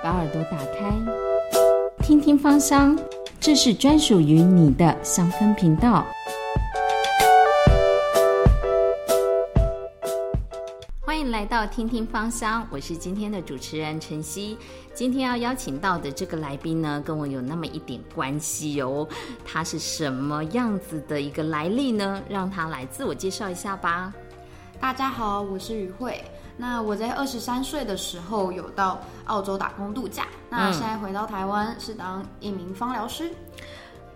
把耳朵打开，听听芳香，这是专属于你的香氛频道。欢迎来到听听芳香，我是今天的主持人晨曦。今天要邀请到的这个来宾呢，跟我有那么一点关系哦。他是什么样子的一个来历呢？让他来自我介绍一下吧。大家好，我是于慧。那我在二十三岁的时候有到澳洲打工度假，那现在回到台湾是当一名芳疗师。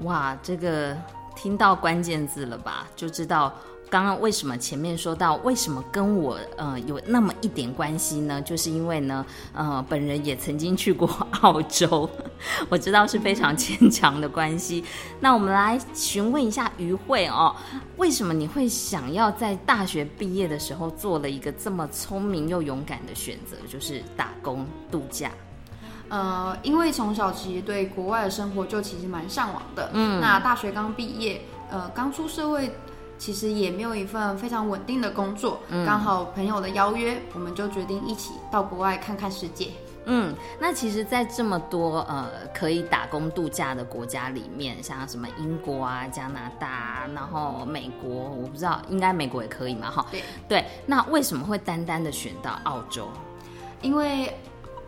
哇，这个听到关键字了吧，就知道刚刚为什么前面说到为什么跟我呃有那么一点关系呢？就是因为呢，呃，本人也曾经去过澳洲， 我知道是非常牵强的关系。那我们来询问一下于慧哦，为什么你会想要在大学毕业的时候做了一个这么聪明又勇敢的选择，就是打工度假？呃，因为从小其实对国外的生活就其实蛮向往的。嗯，那大学刚毕业，呃，刚出社会，其实也没有一份非常稳定的工作。刚好朋友的邀约，我们就决定一起到国外看看世界。嗯，那其实，在这么多呃可以打工度假的国家里面，像什么英国啊、加拿大啊、然后美国，我不知道，应该美国也可以嘛，哈。对对，那为什么会单单的选到澳洲？因为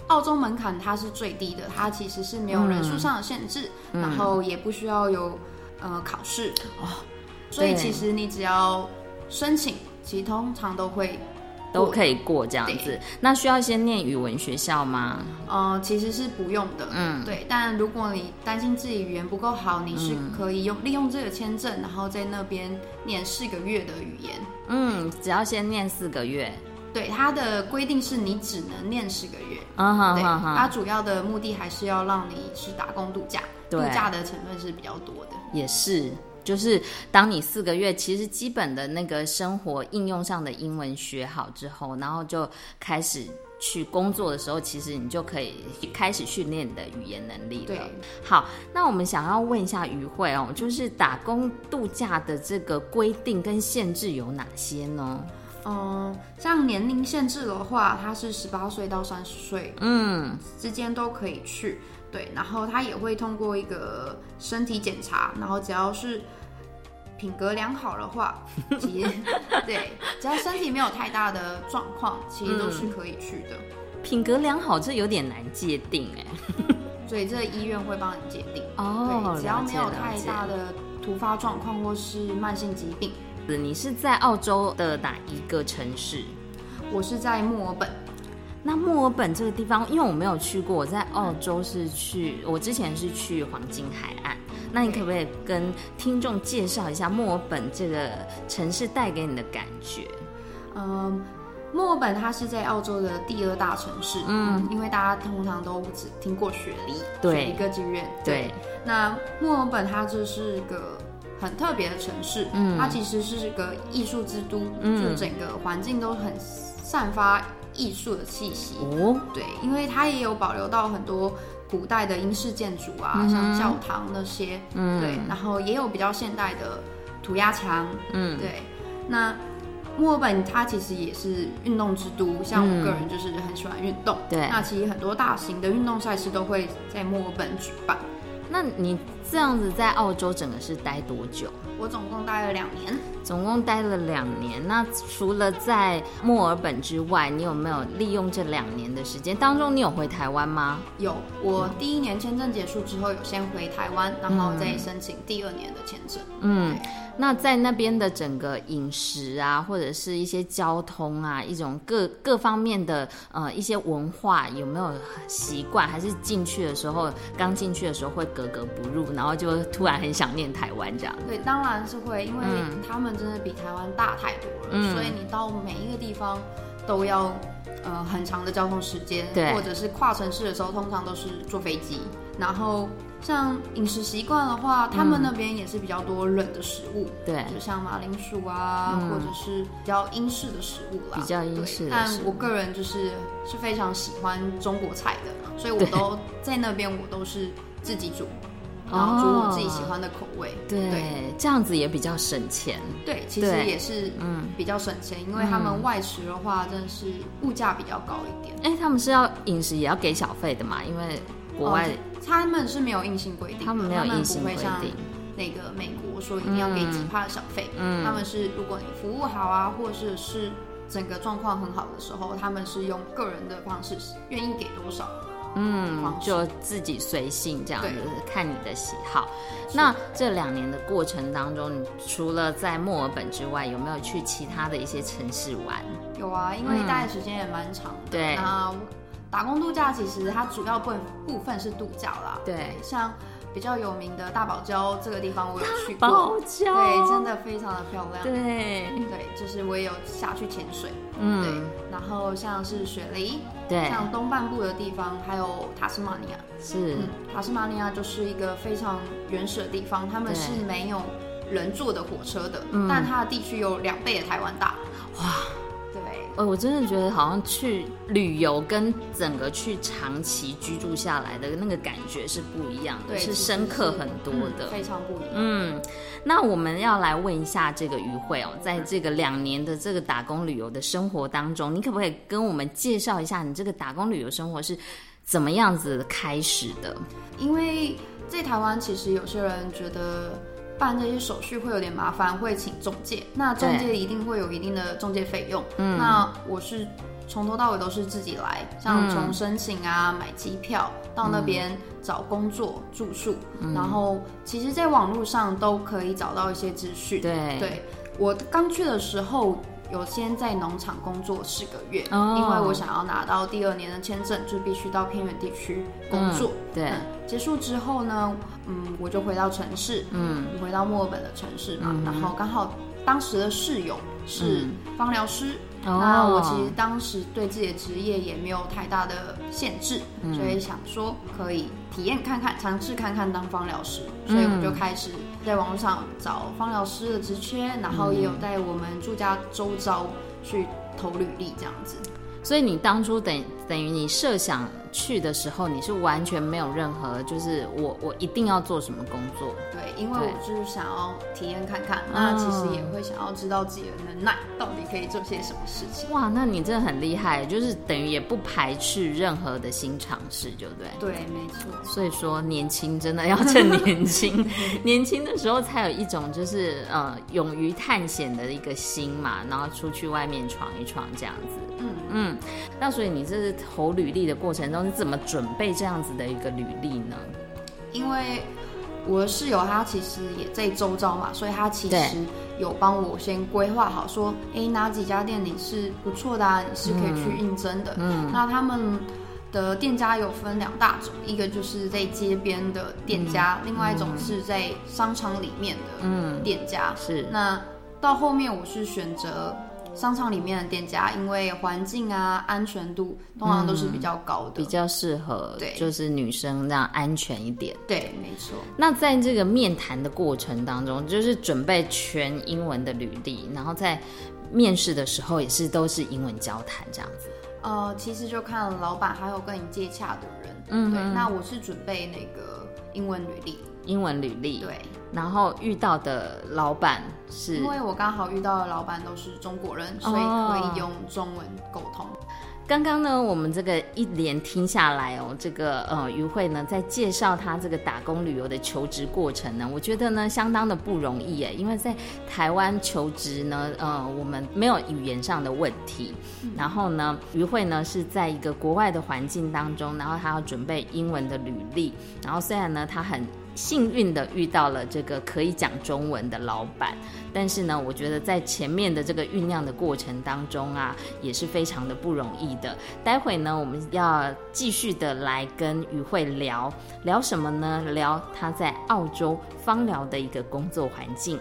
澳洲门槛它是最低的，它其实是没有人数上的限制，然后也不需要有呃考试嗯哦，所以对其实你只要申请，其实通常都会都过可以过这样子。那需要先念语文学校吗？呃，其实是不用的，嗯，对。但如果你担心自己语言不够好，你是可以用、利用这个签证，然后在那边念四个月的语言。嗯，只要先念四个月。对，它的规定是你只能念四个月。嗯哼对，哼它哼，主要的目的还是要让你是打工度假，度对假的成分是比较多的。也是。就是当你四个月，其实基本的那个生活应用上的英文学好之后，然后就开始去工作的时候，其实你就可以开始训练你的语言能力了。对，好，那我们想要问一下于慧哦，就是打工度假的这个规定跟限制有哪些呢？嗯，像年龄限制的话，它是十八岁到三十岁，嗯，之间都可以去。对，然后它也会通过一个身体检查，然后只要是品格良好的话，其实对，只要身体没有太大的状况，其实都是可以去的。品格良好这有点难界定哎。所以这医院会帮你界定，哦，对，只要了没解有了太解大的突发状况或是慢性疾病，你是在澳洲的哪一个城市？我是在墨尔本。那墨尔本这个地方，因为我没有去过，我在澳洲是去，我之前是去黄金海岸。那你可不可以跟听众介绍一下墨尔本这个城市带给你的感觉？嗯，墨尔本它是在澳洲的第二大城市，嗯，因为大家通常都只听过雪梨，对雪梨歌剧院，对，那墨尔本它就是个很特别的城市，嗯，它其实是个艺术之都，嗯就整个环境都很散发艺术的气息，哦，对，因为它也有保留到很多古代的英式建筑啊，像教堂那些，嗯，对，然后也有比较现代的涂鸦墙，嗯，对。那墨尔本它其实也是运动之都，像我个人就是很喜欢运动，对那其实很多大型的运动赛事都会在墨尔本举办。那你这样子在澳洲整个是待多久？我总共待了两年，总共待了两年。那除了在墨尔本之外，你有没有利用这两年的时间当中，你有回台湾吗？有我第一年签证结束之后有先回台湾，然后再申请第二年的签证。嗯，那在那边的整个饮食啊，或者是一些交通啊，一种各各方面的呃一些文化，有没有习惯？还是进去的时候，刚进去的时候会格格不入，然后就突然很想念台湾这样？对，当然是会，因为他们真的比台湾大太多了，嗯所以你到每一个地方都要呃很长的交通时间对，或者是跨城市的时候，通常都是坐飞机。然后像饮食习惯的话，他嗯们那边也是比较多冷的食物，对，嗯就像马铃薯啊，或者是比较英式的食物啦。比较英式的对食物但我个人就是是非常喜欢中国菜的，所以我对都在那边我都是自己煮。然后煮我自己喜欢的口味。对哦对，这样子也比较省钱。对，其实对嗯也是嗯比较省钱，因为他们外食的话真的是物价比较高一点。哎，他们是要饮食也要给小费的嘛？因为国外哦他们是没有硬性规定的，他们没有硬性不会规像定。那个美国说一定要给几帕的小费，嗯他们是如果你服务好啊，或者是整个状况很好的时候，他们是用个人的方式，愿意给多少，嗯，方式就自己随性这样子对，看你的喜好。那这两年的过程当中，你除了在墨尔本之外，有没有去其他的一些城市玩？有啊，因为待的时间也蛮长的。嗯对那打工度假其实它主要部分部分是度假啦。对像比较有名的大堡礁这个地方，我有去包过，浆，对，真的非常的漂亮。对，对，就是我也有下去潜水，嗯，对，然后像是雪梨，对，像东半部的地方，还有塔斯马尼亚，是嗯，塔斯马尼亚就是一个非常原始的地方，他们对嗯是没有人坐的火车的，但它的地区有两倍的台湾大，哇，对，呃，我真的觉得好像去旅游跟整个去长期居住下来的那个感觉是不一样的，对，是其实深刻很多嗯的。非常不一样。嗯，那我们要来问一下这个于慧哦，嗯在这个两年的这个打工旅游的生活当中，你可不可以跟我们介绍一下你这个打工旅游生活是怎么样子开始的？因为在台湾，其实有些人觉得办这些手续会有点麻烦，会请中介。那中介一定会有一定的中介费用。嗯，那我是从头到尾都是自己来，像从申请啊、买机票到那边找工作、住宿，然后其实，在网络上都可以找到一些资讯。对对我刚去的时候。有先在农场工作四个月，哦因为我想要拿到第二年的签证，就必须到偏远地区工作。对，嗯结束之后呢，嗯，我就回到城市，嗯，回到墨尔本的城市嘛，然后刚好当时的室友是芳疗师，哦那我其实当时对自己的职业也没有太大的限制，所以想说可以体验看看，尝试看看当芳疗师，所以我就开始在网络上找芳疗师的职缺，然后也有在我们住家周遭去投履历这样子。所以你当初等等于你设想去的时候，你是完全没有任何就是我我一定要做什么工作，对，因为对我就是想要体验看看，嗯那其实也会想要知道自己的能耐到底可以做些什么事情。哇，那你真的很厉害，就是等于也不排斥任何的新尝试，对不对？对，没错，所以说，年轻真的要趁年轻， 年轻的时候才有一种就是呃勇于探险的一个心嘛，然后出去外面闯一闯这样子。嗯嗯，那所以你这是投履历的过程中，你怎么准备这样子的一个履历呢？因为我的室友他其实也在周遭嘛，所以他其对实有帮我先规划好，说，哎，哪几家店你是不错的啊，你是可以去应征的。嗯，那他们。的店家有分两大种，一个就是在街边的店家，嗯另外一种是在商场里面的店家。是那到后面我是选择商场里面的店家，因为环境啊、安全度通常都是比较高嗯的。比较适合对就是女生那样安全一点。对，没错。那在这个面谈的过程当中，就是准备全英文的履历，然后在面试的时候也是都是英文交谈这样子。呃，其实就看老板还有跟你接洽的人。嗯对。那我是准备那个英文履历。英文履历，对，然后遇到的老板是因为我刚好遇到的老板都是中国人，所以可哦以用中文沟通。刚刚呢，我们这个一连听下来哦，这个呃于慧呢在介绍她这个打工旅游的求职过程呢，我觉得呢相当的不容易耶，因为在台湾求职呢，呃我们没有语言上的问题，嗯然后呢于慧呢是在一个国外的环境当中，然后她要准备英文的履历，然后虽然呢她很。幸运的遇到了这个可以讲中文的老板，但是呢，我觉得在前面的这个酝酿的过程当中啊，也是非常的不容易的。待会呢，我们要继续的来跟于慧聊聊什么呢？聊她在澳洲芳疗的一个工作环境。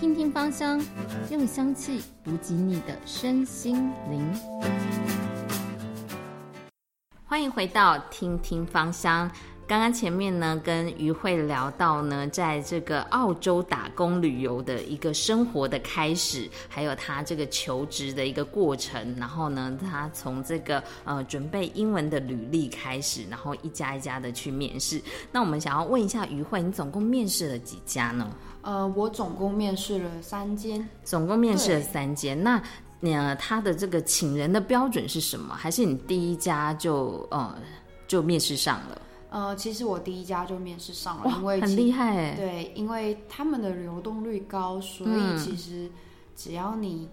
听听芳香，用香气补给你的身心灵。欢迎回到听听芳香。刚刚前面呢，跟于慧聊到呢，在这个澳洲打工旅游的一个生活的开始，还有他这个求职的一个过程。然后呢，他从这个呃准备英文的履历开始，然后一家一家的去面试。那我们想要问一下于慧，你总共面试了几家呢？呃，我总共面试了三间，总共面试了对三间。那呃，他的这个请人的标准是什么？还是你第一家就呃就面试上了？呃，其实我第一家就面试上哇啊了，因为，很其厉害哎！对，因为他们的流动率高，所嗯以其实只要你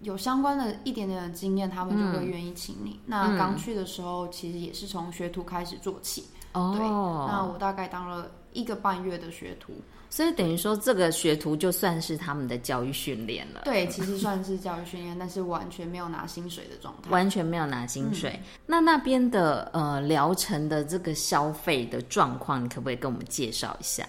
有相关的一点点的经验，他们就会嗯愿意请你。那刚去的时候，其实也是从学徒开始做起。对，那哦，我大概当了一个半月的学 徒。所以等于说这个学徒就算是他们的教育训练了，对，其实算是教育训练，但是完全没有拿薪水的状态。完全没有拿薪水。嗯那那边的呃疗程的这个消费的状况，你可不可以跟我们介绍一下？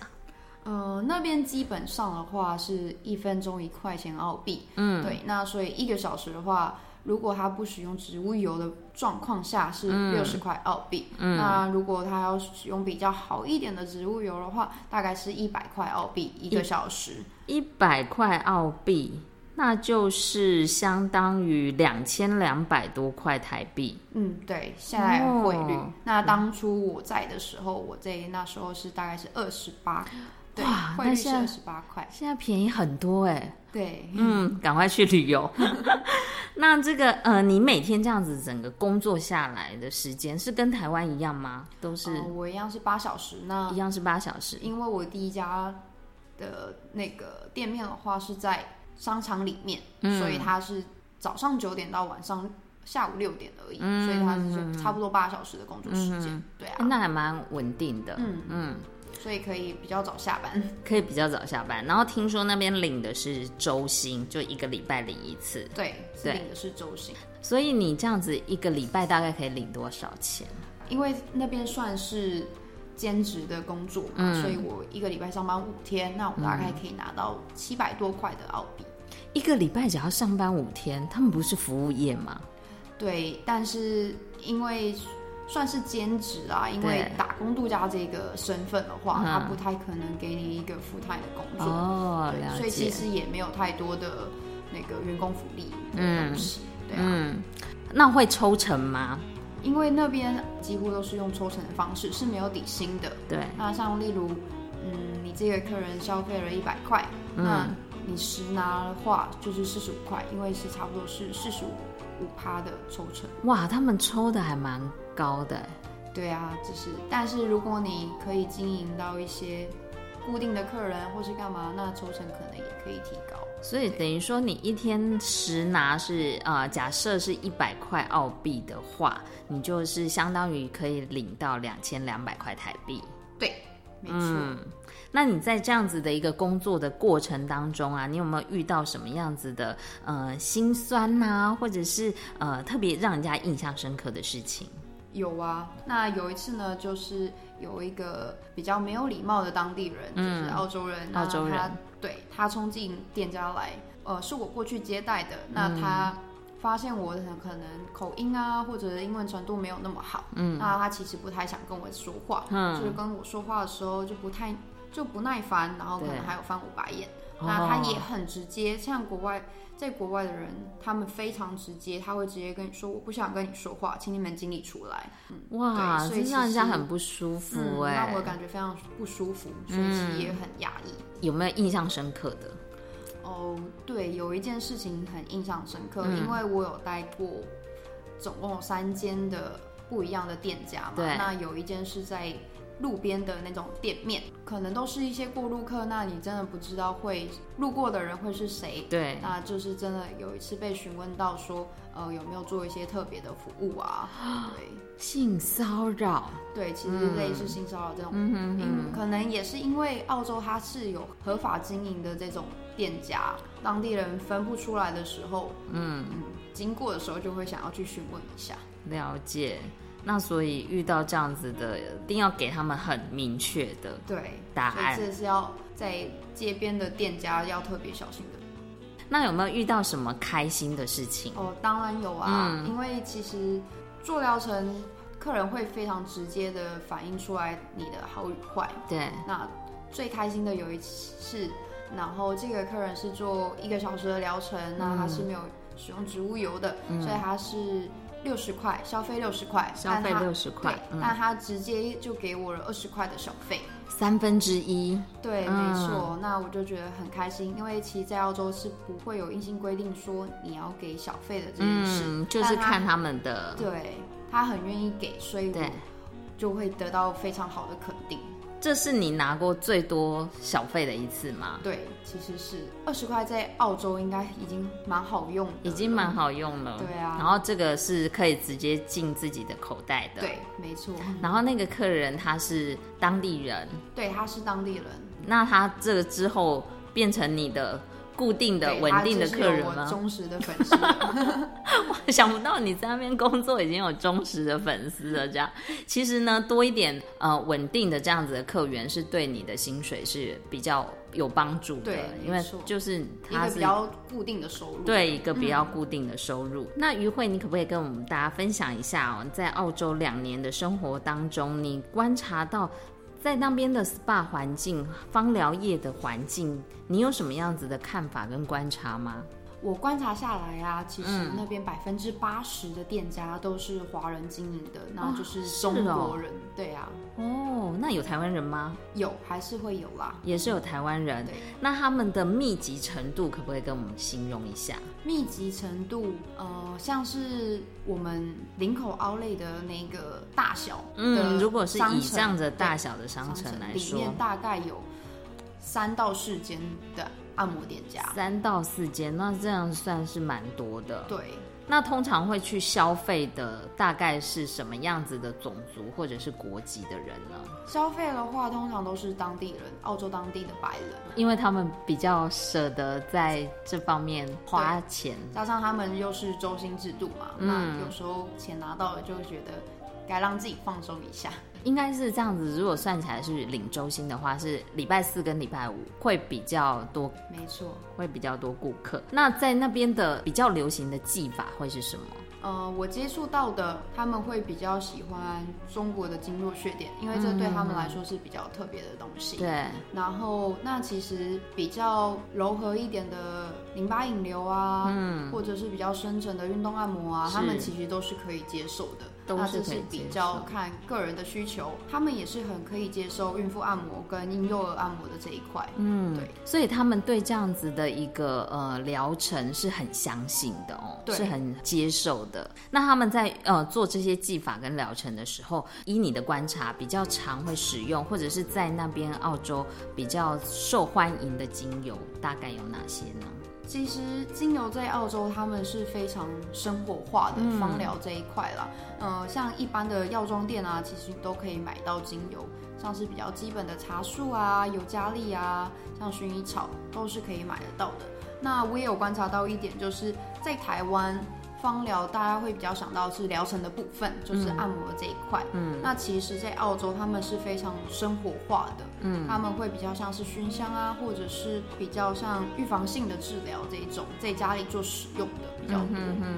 呃，那边基本上的话是一分钟一块钱澳币，嗯，对，那所以一个小时的话，如果他不使用植物油的状况下是六十块澳币，嗯，那如果他要使用比较好一点的植物油的话，大概是一百块澳币一个小时，一百块澳币，那就是相当于两千两百多块台币。嗯，对，现在汇率。哦那当初我在的时候，我在那时候是大概是二十八，对哇，汇率那是现在二十八块，现在便宜很多哎、对，嗯，赶快去旅游。 那这个呃，你每天这样子整个工作下来的时间是跟台湾一样吗？都是、呃我一样是八小时，那一样是八小时？因为我第一家的那个店面的话是在商场里面，嗯所以它是早上九点到晚上下午六点而已，嗯所以它是差不多八小时的工作时间。对哎啊，那还蛮稳定的，嗯嗯，所以可以比较早下班。可以比较早下班。然后听说那边领的是周薪，就一个礼拜领一次，对，是对领的是周薪，所以你这样子一个礼拜大概可以领多少钱？因为那边算是。兼职的工作嘛，嗯所以我一个礼拜上班五天，那我大概可以拿到七百多块的澳币。一个礼拜只要上班五天，他们不是服务业吗？对，但是因为算是兼职啊，因为对打工度假这个身份的话，嗯他不太可能给你一个 full time 的工作，哦，对，所了以其解。实也没有太多的那个员工福利的嗯东西，对啊。嗯，那会抽成吗？因为那边几乎都是用抽成的方式，是没有底薪的。对，那像例如，嗯，你这个客人消费了一百块，那你实拿的话就是四十五块，因为是差不多是四十五趴的抽成。哇，他们抽的还蛮高的欸。对啊，就是，但是如果你可以经营到一些固定的客人或是干嘛，那抽成可能也可以提高。所以等于说，你一天实拿是呃，假设是一百块澳币的话，你就是相当于可以领到两千两百块台币。对，没错。嗯，那你在这样子的一个工作的过程当中啊，你有没有遇到什么样子的呃心酸呐、或者是呃特别让人家印象深刻的事情？有啊，那有一次呢，就是有一个比较没有礼貌的当地人，就是澳洲人，嗯澳洲人那他，对他冲进店家来，呃，是我过去接待的，嗯那他。发现我的可能口音啊，或者英文程度没有那么好，嗯，那他其实不太想跟我说话，嗯就是跟我说话的时候就不太就不耐烦，然后可对能还有翻我白眼，那他也哦很直接，像国外在国外的人，他们非常直接，他会直接跟你说我不想跟你说话，请你们经理出来。哇，对所这以让人其家实嗯很不舒服嗯哎、让我感觉非常不舒服，所以其实也很压抑。有没有印象深刻的？哦，对，有一件事情很印象深嗯刻，因为我有待过总共有三间的不一样的店家嘛，对那有一间是在路边的那种店面，可能都是一些过路客，那你真的不知道会路过的人会是谁，对，那就是真的有一次被询问到说，呃，有没有做一些特别的服务 啊？对性骚扰，对，其嗯实类似性骚扰这种，因可能也是因为澳洲它是有合法经营的这种店家，当地人分不出来的时候，嗯经过的时候就会想要去询问一下。了解。那所以遇到这样子的，一定要给他们很明确的对，答所以案。这是要在街边的店家要特别小心的。那有没有遇到什么开心的事情？嗯哦，当然有啊，因为其实做疗程客人会非常直接的反映出来你的好与坏。对，那最开心的有一次，然后这个客人是做一个小时的疗程，嗯那他是没有使用植物油的，所以他是六十块消费六十块，消费但他60块对，嗯但他直接就给我了二十块的小费。三分之一，对，嗯没错，那我就觉得很开心，因为其实在澳洲是不会有硬性规定说你要给小费的这件事，嗯，就是但他看他们的，对他很愿意给，所以对我就会得到非常好的肯定。这是你拿过最多小费的一次吗？对，其实是二十块在澳洲应该已经蛮好用的了，已经蛮好用了，对啊然后这个是可以直接进自己的口袋的，。对，没错，然后那个客人他是当地人，对，他是当地 人，那他这个之后变成你的固定的、对稳他定的就是客人我吗？忠实的粉丝了， 想不到你在那边工作已经有忠实的粉丝了，这样其实呢，多一点呃稳定的这样子的客源是对你的薪水是比较有帮助的，对因为没错就是一他个是比较固定的收入。对一个比嗯较固定的收入。那于慧，你可不可以跟我们大家分享一下哦，在澳洲两年的生活当中，你观察到在那边的 SPA 环境、芳疗业的环境，你有什么样子的看法跟观察吗？我观察下来啊，其实那嗯边百分之八十的店家都是华人经营的，那就是中国人。对啊，哦，那有台湾人吗？有还是会有啦。也是有台湾人对。那他们的密集程度可不可以跟我们形容一下？密集程度，呃，像是我们林口凹类的那个大小的嗯，如果是以这样的对大小的商商城城来里说面，大概有三到四间的按摩店家。三到四间，那这样算是蛮多的。对，那通常会去消费的大概是什么样子的种族或者是国籍的人呢？消费的话，通常都是当地人，澳洲当地的白人。因为他们比较舍得在这方面花钱。加上他们又是周薪制度嘛，嗯那有时候钱拿到了就会觉得该让自己放松一下。应该是这样子，如果算起来是领周薪的话，是礼拜四跟礼拜五会比较多，没错，会比较多顾客。那在那边的比较流行的技法会是什么？呃，我接触到的他们会比较喜欢中国的经络穴点，因为这对他们来说是比较特别的东西。嗯对，然后，那其实比较柔和一点的淋巴引流啊，或者是比较深层的运动按摩啊，嗯是他们其实都是可以接受的。都那是这可以接是比受较看个人的需求，他们也是很可以接受孕妇按摩跟婴幼儿按摩的这一块。嗯，对，所以他们对这样子的一个呃疗程是很相信的哦，对是很接受的。那他们在呃做这些技法跟疗程的时候，以你的观察，比较常会使用，或者是在那边澳洲比较受欢迎的精油，大概有哪些呢？其实精油在澳洲他们是非常生活化的芳疗这一块啦，呃，像一般的药妆店啊，其实你都可以买到精油，像是比较基本的茶树啊、尤加利啊、像薰衣草都是可以买得到的。那我也有观察到一点，就是在台湾芳疗大家会比较想到是疗程的部分，就是按摩这一块。嗯，那其实，在澳洲他们是非常生活化的，嗯，他们会比较像是熏香啊，或者是比较像预防性的治疗这一种，在家里做使用的比较嗯多。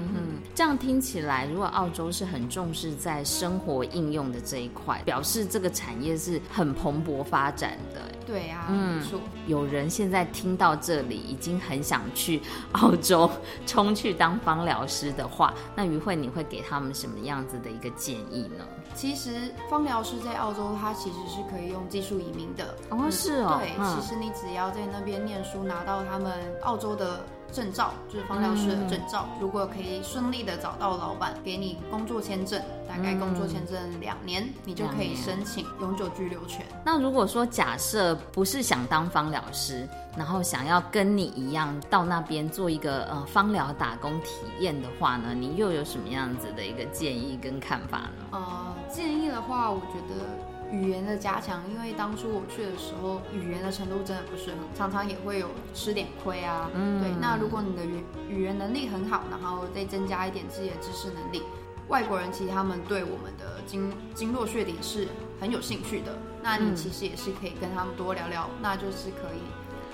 这样听起来，如果澳洲是很重视在生活应用的这一块，表示这个产业是很蓬勃发展的。对啊，嗯没错。有人现在听到这里，已经很想去澳洲 冲去当芳疗师的话，那于慧你会给他们什么样子的一个建议呢？其实芳疗师在澳洲，它其实是可以用技术移民的。哦，是哦，对，嗯其实你只要在那边念书，拿到他们澳洲的证照，就是芳疗师的证照，如果可以顺利的找到老板给你工作签证，大概工作签证两年，你就可以申请永久居留权。那如果说假设不是想当芳疗师，然后想要跟你一样到那边做一个呃芳疗打工体验的话呢，你又有什么样子的一个建议跟看法呢？呃，建议的话，我觉得语言的加强，因为当初我去的时候，语言的程度真的不是很，常常也会有吃点亏啊。嗯，对。那如果你的语语言能力很好，然后再增加一点自己的知识能力，外国人其实他们对我们的经经络穴点是很有兴趣的。那嗯你其实也是可以跟他们多聊聊，那就是可以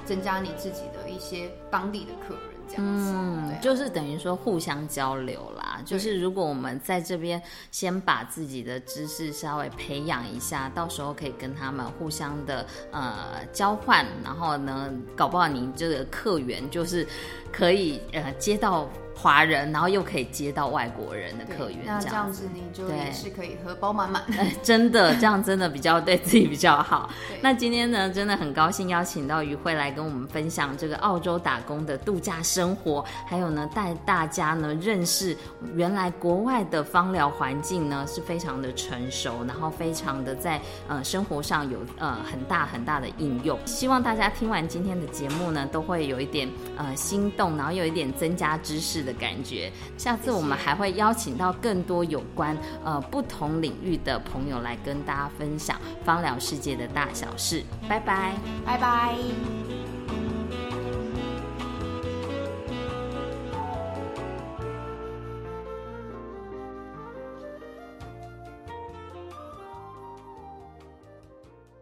增加你自己的一些当地的客人。这样子。嗯，对就是等于说互相交流啦。就是如果我们在这边先把自己的知识稍微培养一下，到时候可以跟他们互相的呃交换，然后呢，搞不好你这个客源就是可以呃接到华人，然后又可以接到外国人的对客源，那这这样样子。子你就对也是可以荷包满 满。哎，真的，这样真的比较对自己比较好对。那今天呢，真的很高兴邀请到于慧来跟我们分享这个澳洲打工的度假生活，还有呢，带大家呢认识原来国外的芳疗环境呢是非常的成熟，然后非常的在呃生活上有呃很大很大的应用。希望大家听完今天的节目呢，都会有一点呃心动，然后有一点增加知识的感觉。下次我们还会邀请到更多有关呃不同领域的朋友来跟大家分享芳疗世界的大小事。拜拜。拜拜。